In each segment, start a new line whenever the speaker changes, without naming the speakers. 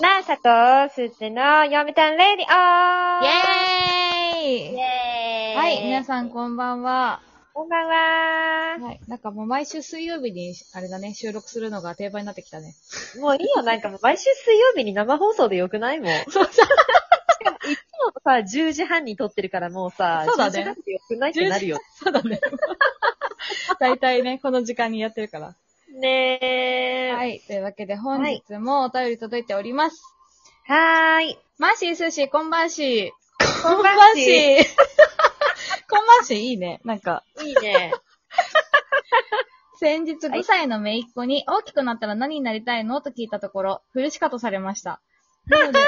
なあ、さとすっての、嫁ちゃんレディオ
イェーイ
イェーイ
はい、皆
ん。
さんこんばんは。
こんばんは。
はい、なんかもう毎週水曜日に、あれだね、収録するのが定番になってきたね。
もういいよ、なんかもう毎週水曜日に生放送でよくないもう。そうさ。しかもいつもさ、10時半に撮ってるからもうさ、
そうだね
10時半でよくないってなるよ。
そうだね。大体ね、この時間にやってるから。
ねえ。
は
はい。
い、というわけで本日もお便り届いております。
はーい。
マーシー、スーシー、こんばんしー。
こんばんしー
ー。こんばんしー、いいね。なんか、
いいね。
先日5歳の姪っ子に大きくなったら何になりたいのと聞いたところ、フルシカとされま した。なので、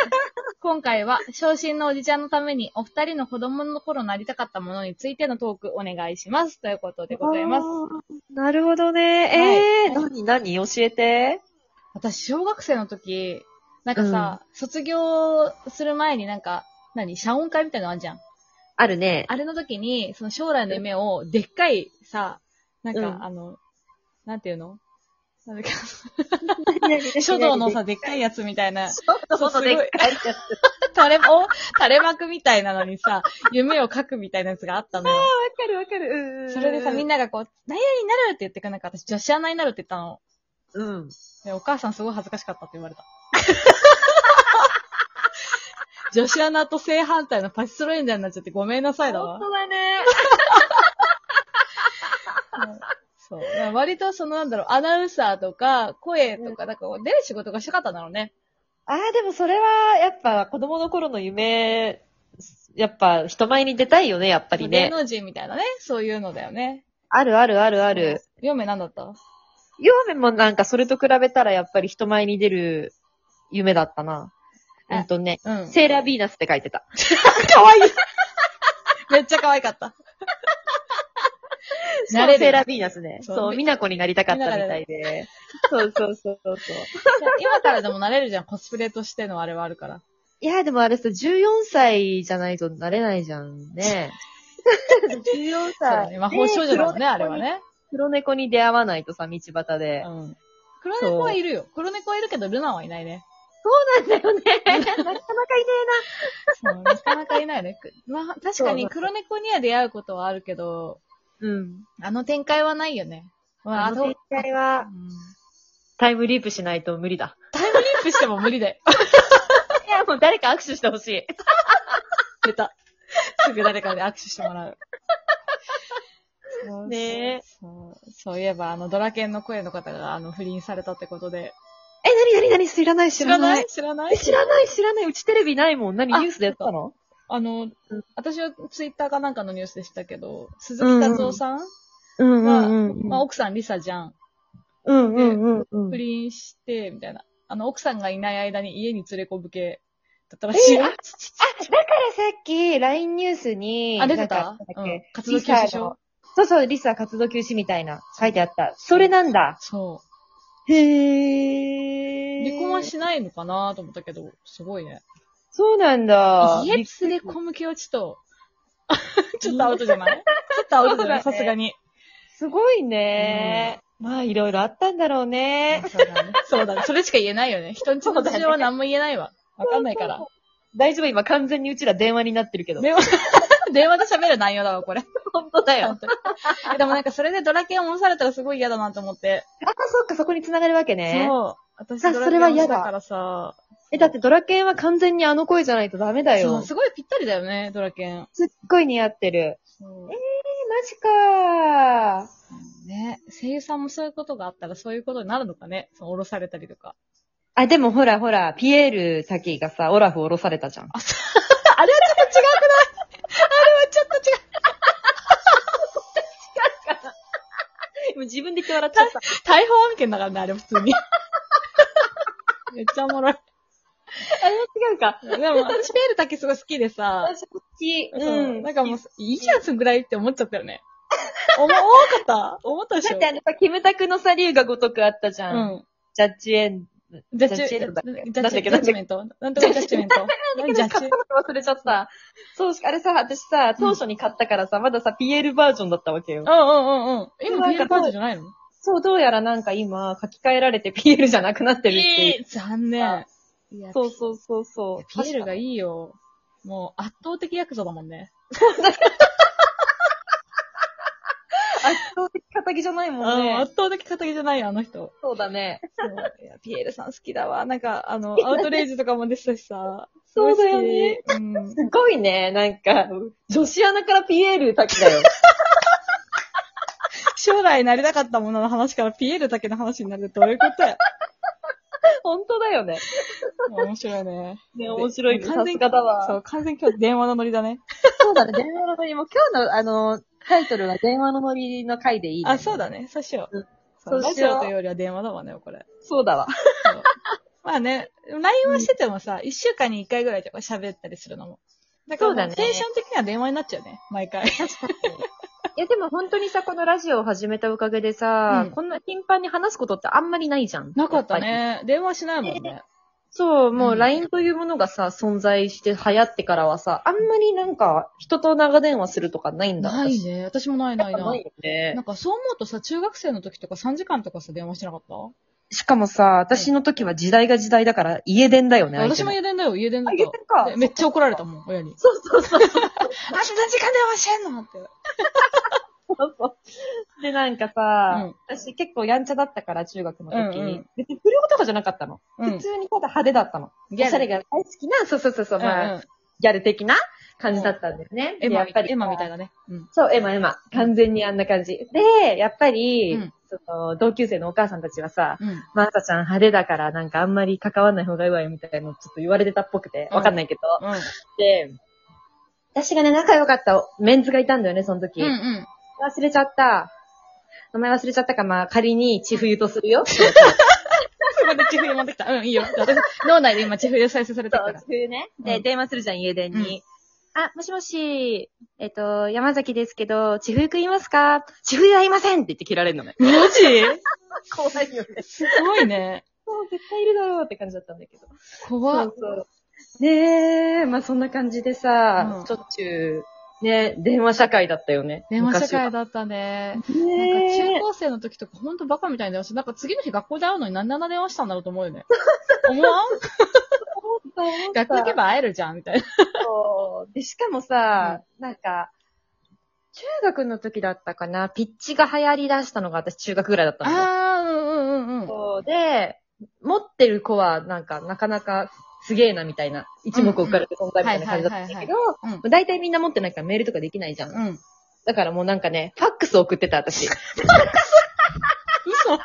今回は昇進のおじちゃんのためにお二人の子供の頃なりたかったものについてのトークお願いします。ということでございます。
す。なるほどね。ええー、なになに教えて。
私、小学生の時、なんかさ、卒業する前になんか、何謝恩会みたいなのあるじゃん。
あるね。
あれの時に、その将来の夢を、でっかいさ、なんか、
うん
あの、なんていうのなんだっけ、 書
書
道の、さ、 でっかいやつみたいな。
書道のでっかいやつ。
垂れ、お、垂れ幕みたいなのにさ、夢を書くみたいなやつがあったのよ。
わかるわかる。うん。
それでさ、みん
な、
ながこう、何々になるって言ってくなんか私、女子アナになるって言ったの。
うん。
でお母さんすごい恥ずかしかったって言わ れた。女子アナと正反対のパチスロ演者になっちゃってごめんなさいだわ
本。当だね。
うんそう。だから割とそのなんだろう、アナウンサーとか、声とか、なんかこう出る仕事がしたかったんだろうね。
ああ、でもそれは、やっぱ子供の頃の夢、やっぱ人前に出たいよね、やっぱり
芸
ね。
能人みたいなね、そういうのだよね。
あるあるあるある。。
嫁なんだった
嫁もなんかそれと比べたらやっぱり人前に出る夢だったな。
あ
うんとね、
うん。
セーラービーナスって書いてた。かわいい。
めっちゃ可愛かった。
そう
れる
セーラービーナスね。
そう
そう、美奈子になりたかったみたいで。そうそうそうそう。
今からでもなれるじゃん、コスプレとしてのあれはあるから。
いや、でもあれさ、14歳じゃないとなれないじゃんね。14
そうだ
歳。
ね。魔法少女だもん
黒
ね、
猫に
あれはね。
黒猫に出会わないとさ、道端で。
うん。黒猫はいるよ。黒猫はいるけど、ルナはいないね。
そうなんだよね。なかなかいね
そうなかなかいないね。 くまあ、確かに黒猫には出会うことはあるけど、
えな。うん。
あの展開はないよね。まあ、
あ
あ
の
の、うん
展、開は、タイムリープしないと無理だ。
タイムリープしても無理だよ。
いや、もう誰か握手してほしい。
出た。すぐ誰かで握手してもらう。そう
ねえ
そうそういえば、あの、ドラケンの声の方が、あの、不倫されたってことで。
え、なになになに知らない知
知
ら
ら
な
ないい。知らない
え知らない知らない。うちテレビないもん。何
あ
ニュースでやったの
あ
う
の
ん、
私はツイッターかなんかのニュースでしたけど、鈴木達夫さん、
うん
まあ、奥さんリサじゃん。
うんうんうんう
不
ん。
倫して、みたいな。あの、奥さんがいない間に家に連れ込む系だったらしいよ。
えーからさっき、LINE ニュースに
あ、出てた
なんかな
う
んだっ
ん
け。
活動休止
リサ
症
のそうそう、リサ活動休止みたいな。書いてあった。それなんだ。
そ
へ
う。離婚はしないのかなと思ったけど、すごいね。
そうなんだ。
家連れ込む系はちょ っと、ちょっとアウトじゃないちょっとアウトじゃない
そ
さ
うだね
すがに。
すごいね。まあ、いろいろあったんだろうね。
そうだね。そうだね。それしか言えないよね。人んちの事情は何も言えないわ。わかんないから。
大丈夫今完全にうちら電話になってるけど。
電話、 電話で喋る内容だわ、こ れ。
本当だ
本。当にでもなんかそれでドラケンを戻されたらすごい嫌だなと思って。
あ、そっか、そこに繋がるわけね。
そう。私
あ
ドラ
それ
ケン
は
推
嫌だ
しだからさ。
え、だってドラケンは完全にあの声じゃないとダメだ
そ
よ。
う、
す
すごいぴったりだよね、ドラケン。
っごい似合ってる。
そう
え、マジか
ね、声優さんもそういうことがあったらそういうことになるのかね。その、降ろされたりとか。
あ、でもほらほら、ピエール滝がさ、オラフ降ろされたじゃん。
あれはちょっと違くないあれはちょっと違う。
今自分で言って笑っちゃった。
逮捕案件だからね、あれ普通に。 めっちゃおもろい。
あれは違うか。
でも、私、ペールだけすごい好きでさ、
私、好き。
そうなんかもう
だ、
いいじゃん、そんぐらいって思っちゃったよね。 おも、多かった。思ったでしょ。
ってあのさ、キムタクのさ、竜が如くあったじゃん。
うん。
ジャッジエン
ジャッジ、ジ
ジャッジエン
ャ
ドだっけ
ッジ、ジ
なんだっけ
ャッジメント。 なんとかジャッジメント。何ジャッジ
忘れちゃった。そうし、あれさ、私さ、当初に買ったからさ、まださ、PL バージョンだったわけよ。
うんうんうんうん。今、
なんか
ピエールパートじゃないの
そう、どうやらなんか今、書き換えられて PL じゃなくなってるっていう。
えー残念。いや、
そうそうそうそう。
ピエールがいいよ。もう圧倒的ヤクザだもんね。
圧倒的仇じゃないもん
あの
ね。
圧倒的敵じゃないよ、あの人。
そうだね。
そういやピエールさん好きだわ。なんか、あの、アウトレイジとかも出てたしさ。
そうだよね
すごい好き。うん。
すごいね、なんか、女子アナからピエール滝だよ。
将来なりたかったものの話からピエールだけの話になるってどういうことや。
本当だよね。
もう面白いね。
ね、面白いね。さ
完
す
全に
がだわ。
そ。う、完全に今日電話のノリだね。
そうだね、電話のノリも、今日の、あの、タイトルは電話のノリの回でいい、
あ、そうだ
ね。
ね。そうしよ
う。
うんそう
そう
ラ
し
ジ
よう
オというよりは電話だわね、これ。
そうだわ。
そうまあね、LINE はしててもさ、一週間に一回ぐらいとか喋ったりするのも。だからも
そうだね
テンション的には電話になっちゃうね、毎 回。
いや、でも本当にさ、このラジオを始めたおかげでさ、
うん
こんな頻繁に話すことってあんまりないじゃん。
なかった
やぱり。
ね。電話しないもんね。
そう、も
う
う LINE というものがさ、存在して流行ってからはさ、あんまりなんか、人と長電話するとかないんだ。
ないね。私もないな
私。
い
やっぱ
な
ない。よね
なん。かそう思うとさ、中学生の時とか3時間とかさ、電話してなかった
しかもさ、私の時は時代が時代だから、家電だよね。
私も
家
家電だよ、家電だ
電。
よ。
か
で。めっちゃ怒られたもん、親に。
そうそうそう
あんた何時間電話してんのって。
そうそう。で、なんかさ、
うん
私結構やんちゃだったから、中学の時に。
うんうん
別に不良とかじゃなかったの。
うん
普通にただ派手だったの。
ギャル
おしゃれが大好きな、そうそうそうそう、まあ、
うんうん
ギャル的な感じだったんだよね。で
エマ
やっぱり
エマみたいだね。うん。
そう、エマ、エマ。完全にあんな感じ。で、やっぱり、
うん
その、同級生のお母さんたちはさ、
うん。
マーサちゃん派手だから、なんかあんまり関わんない方がいいわよ、みたいなのちょっと言われてたっぽくて、
うん
わかんないけど。
うん。
で、私がね、仲良かったメンズがいたんだよね、その時。
うんうん。
忘れちゃった。名前忘れちゃったか、まあ、仮に、ちふゆとするよ。そう
そこでチフユ持ってきた。うん、いいよ。私、脳内で今チフユ再生されてるから。
ふゆね。
う
で、
ん
電話するじゃん、家電に。あ、もしもし、えっと、山崎ですけど、ちふゆくんいますかちふゆはいませんって言って切られるのね。
マジ
怖いよね。
すごいね。
そう、絶対いるだろうって感じだったんだけど。
怖
そ
っ
う。そう。ねえ、まあそんな感じでさ、
うん
しょっちゅう、ね、電話社会だったよね。
電話社
昔は
会だったね。なんか
ね
中
え。
高生の時とかほんとバカみたいな電話して、なんか次の日学校で会うのに何であんな電話したんだろうと思う よね。思わん学校行けば会えるじゃん、みたいな。
そうで、しかもさ、なんか、中学の時だったかな、ピッチが流行り出したのが私中学ぐらいだったのよ。
あー、うんうんうんうん。
そうで、持ってる子はなんか、なかなかすげえなみたいな、一目置かれて存在みたいな感じだったんだけど、
うん。
大体みんな持ってないからメールとかできないじゃん。
うん。
だからもうなんかね、ファックス送ってた私。ファッ
嘘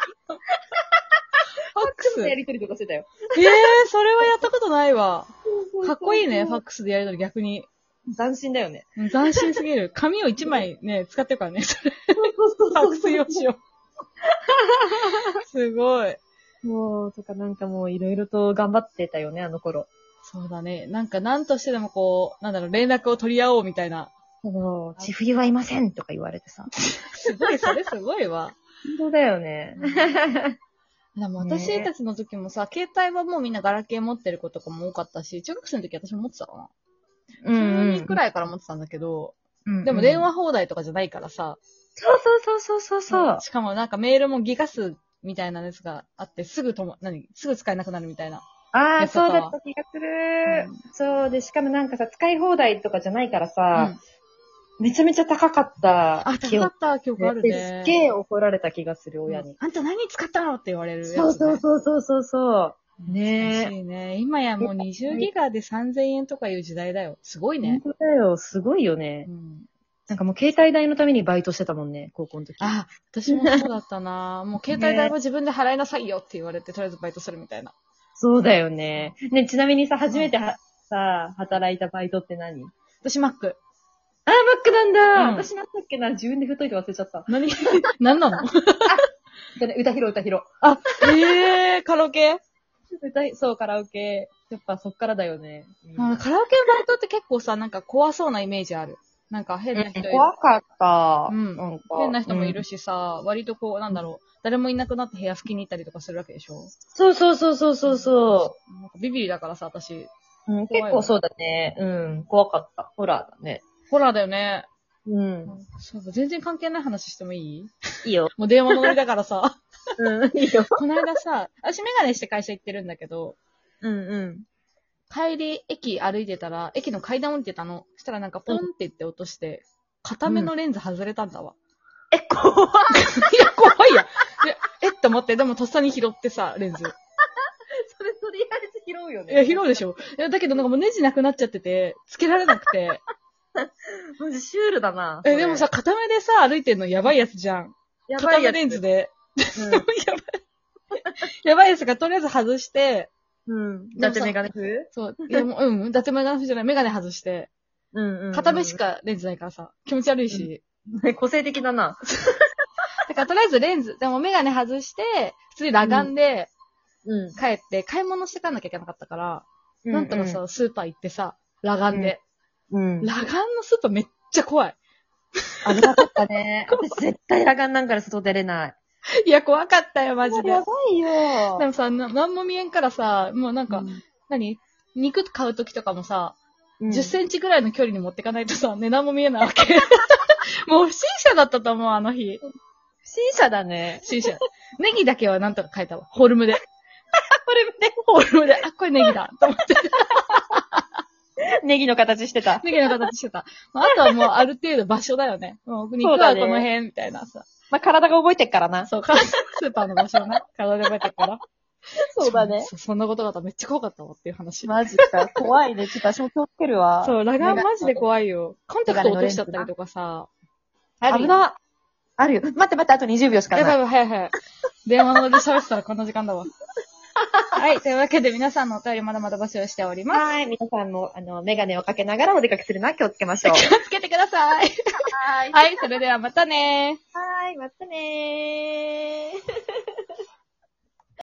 ファック
クス
ス。
のや
え
りとりとかしてたよ。
えー、それはやったことないわ。かっこいいね、ファックスでやるの逆に。
斬新だよ ね。
うん斬新すぎる。紙を一枚ね、使ってるからね、それ。
そう
ファックス用紙 を。すごい。
もう、とかなんかもういろいろと頑張ってたよね、あの頃。
そうだね。なんか何としてでもこう、なんだろう、連絡を取り合おうみたいな。
あの、ちふゆはいませんとか言われてさ。
すごい、それすごいわ。
本当だよね。
でも私たちの時もさ、携帯はもうみんなガラケー持ってる子とかも多かったし、中学生の時私も持ってたかな。
う
中2くらいから持ってたんだけど、
うん
でも電。話放題とかじゃないからさ。
そうそうそうそうそう。
しかもなんかメールもギガ数みたいなやつがあって、すぐとも、何すぐ使えなくなるみたいな。
あ
や
あ、
っぱ
そ
さ
うだった気がする、そうで、しかもなんかさ、使い放題とかじゃないからさ、めちゃめちゃ高かった
あ、
記
高
憶
かった記憶ある
で
ね
す。っげえ怒られた気がする、親に。
あんた何使ったのって言われるやつ、ね。
そうそうそうそうそうそう。
難しいね。今やもう20ギガで3000円とかいう時代だよ。すごい
本
ね。
当だよ、すごいよね
う。ん、
なんかもう携帯代のためにバイトしてたもんね、高校の時。
あ、私もそうだった な。もう携帯代は自分で払いなさいよって言われて、とりあえずバイトするみたいな。
そうだよね。ね、ちなみにさ、初めてはさ、働いたバイトって何あー、
私、マック。
マックなんだ、
うん
私なんだっけな自分で太いて忘れちゃった。
何 何なの
でね、歌広歌広。
あ、ええー、カラオケ、
歌い、そう、カラオケ。やっぱそっからだよね。
あカラオケバイトって結構さ、なんか怖そうなイメージある。なんか変な人いる。
怖かった。
うん
なんか
変な人もいる
し。
しさ、割とこう、なんだろう、誰もいなくなって部屋拭きに行ったりとかするわけでしょ
そうそうそうそうそうそ
なんかビビリだからさ、私。
う、うん。
怖い
結
わ
構そうだね。うん。怖かった。ホラーだね。
ホラーだよね。
うん。
そうだ全然関係ない話してもいい
いいよ。
もう電 話のノリだからさ。
うん。いいよ。
この間さ、私メガネして会社行ってるんだけど、
うんうん。
帰り、駅歩いてたら、駅の階段降りてたの。したらなんかポンって言って落として、片目のレンズ外れたんだわ。
え、怖っ
いや、怖いや。でえって思って、でもとっさに拾ってさ、レンズ。
それとりあえず拾うよ
いや、拾うでしょ。いや、だけどなんかもうネジなくなっちゃってて、つけられなく て。
マジシュールだな。そ
え、
れ
でもさ、、片目でさ、歩いてんのやばいやつじゃん。
やば
片
いやつ
目レンズ。で。
う
やばい。やばいやつがとりあえず外して、
ん。うん。だってメガネ風
そう、いやもう、うん、伊達メガネじゃない、メガネ外して、
うんうん。
片目し。かレンズないからさ、気持ち悪いし。
個性的だな。
だからとりあえずレンズ、でもメガネ外して、普通に裸眼で
うん。
帰って、買い物してかなきゃいけなかったから、なんとかさ、スーパー行ってさ、裸眼で。
うん、うん。
裸眼のスーパーめっちゃ怖い。
危なかった ね。私絶対裸眼なんから外出れない。
いや、怖かったよ、マジで。
やばいよ。
でもさ、ななんも見えんからさ、もうなんか、何肉買うときとかもさ、
うん、
10センチぐらいの距離に持ってかないとさ、値段も見えないわ け。もう不審者だったと思う、あの日。
不審者だね。
不審者。ネギだけはなんとか買えたわ。ホルムで。ホルムでホルムで。あ、これネギ だ。と思って。
ネギの形してた。
ネギの形してた。まああとはもうある程度場所だよね。もう肉
そうだ
は
ね
この辺、みたいなさ。
まあ、体が覚えてっからな。
そう、かスーパーの場所をね、体で覚えてるから。そ。そんなことがあったらめっちゃ怖かったわっていう話。
マジか。怖いね。ちょっと私も気をつけるわ。
そう、裸眼マジで怖いよ。コンタクト落としちゃったりとかさ。ある
危
よ
な。あるよ。待って待って、あと20秒しか
やばい
ない。
やばい、早い早い。電話ので喋ってたらこんな時間だわ。はい、というわけで皆さんのお便りまだまだ募集しております。
はい。皆さんも、あの、メガネをかけながらお出かけするのは気をつけましょう。
つけてください。
はい。
はい、それではまたねー。
はい。またねー。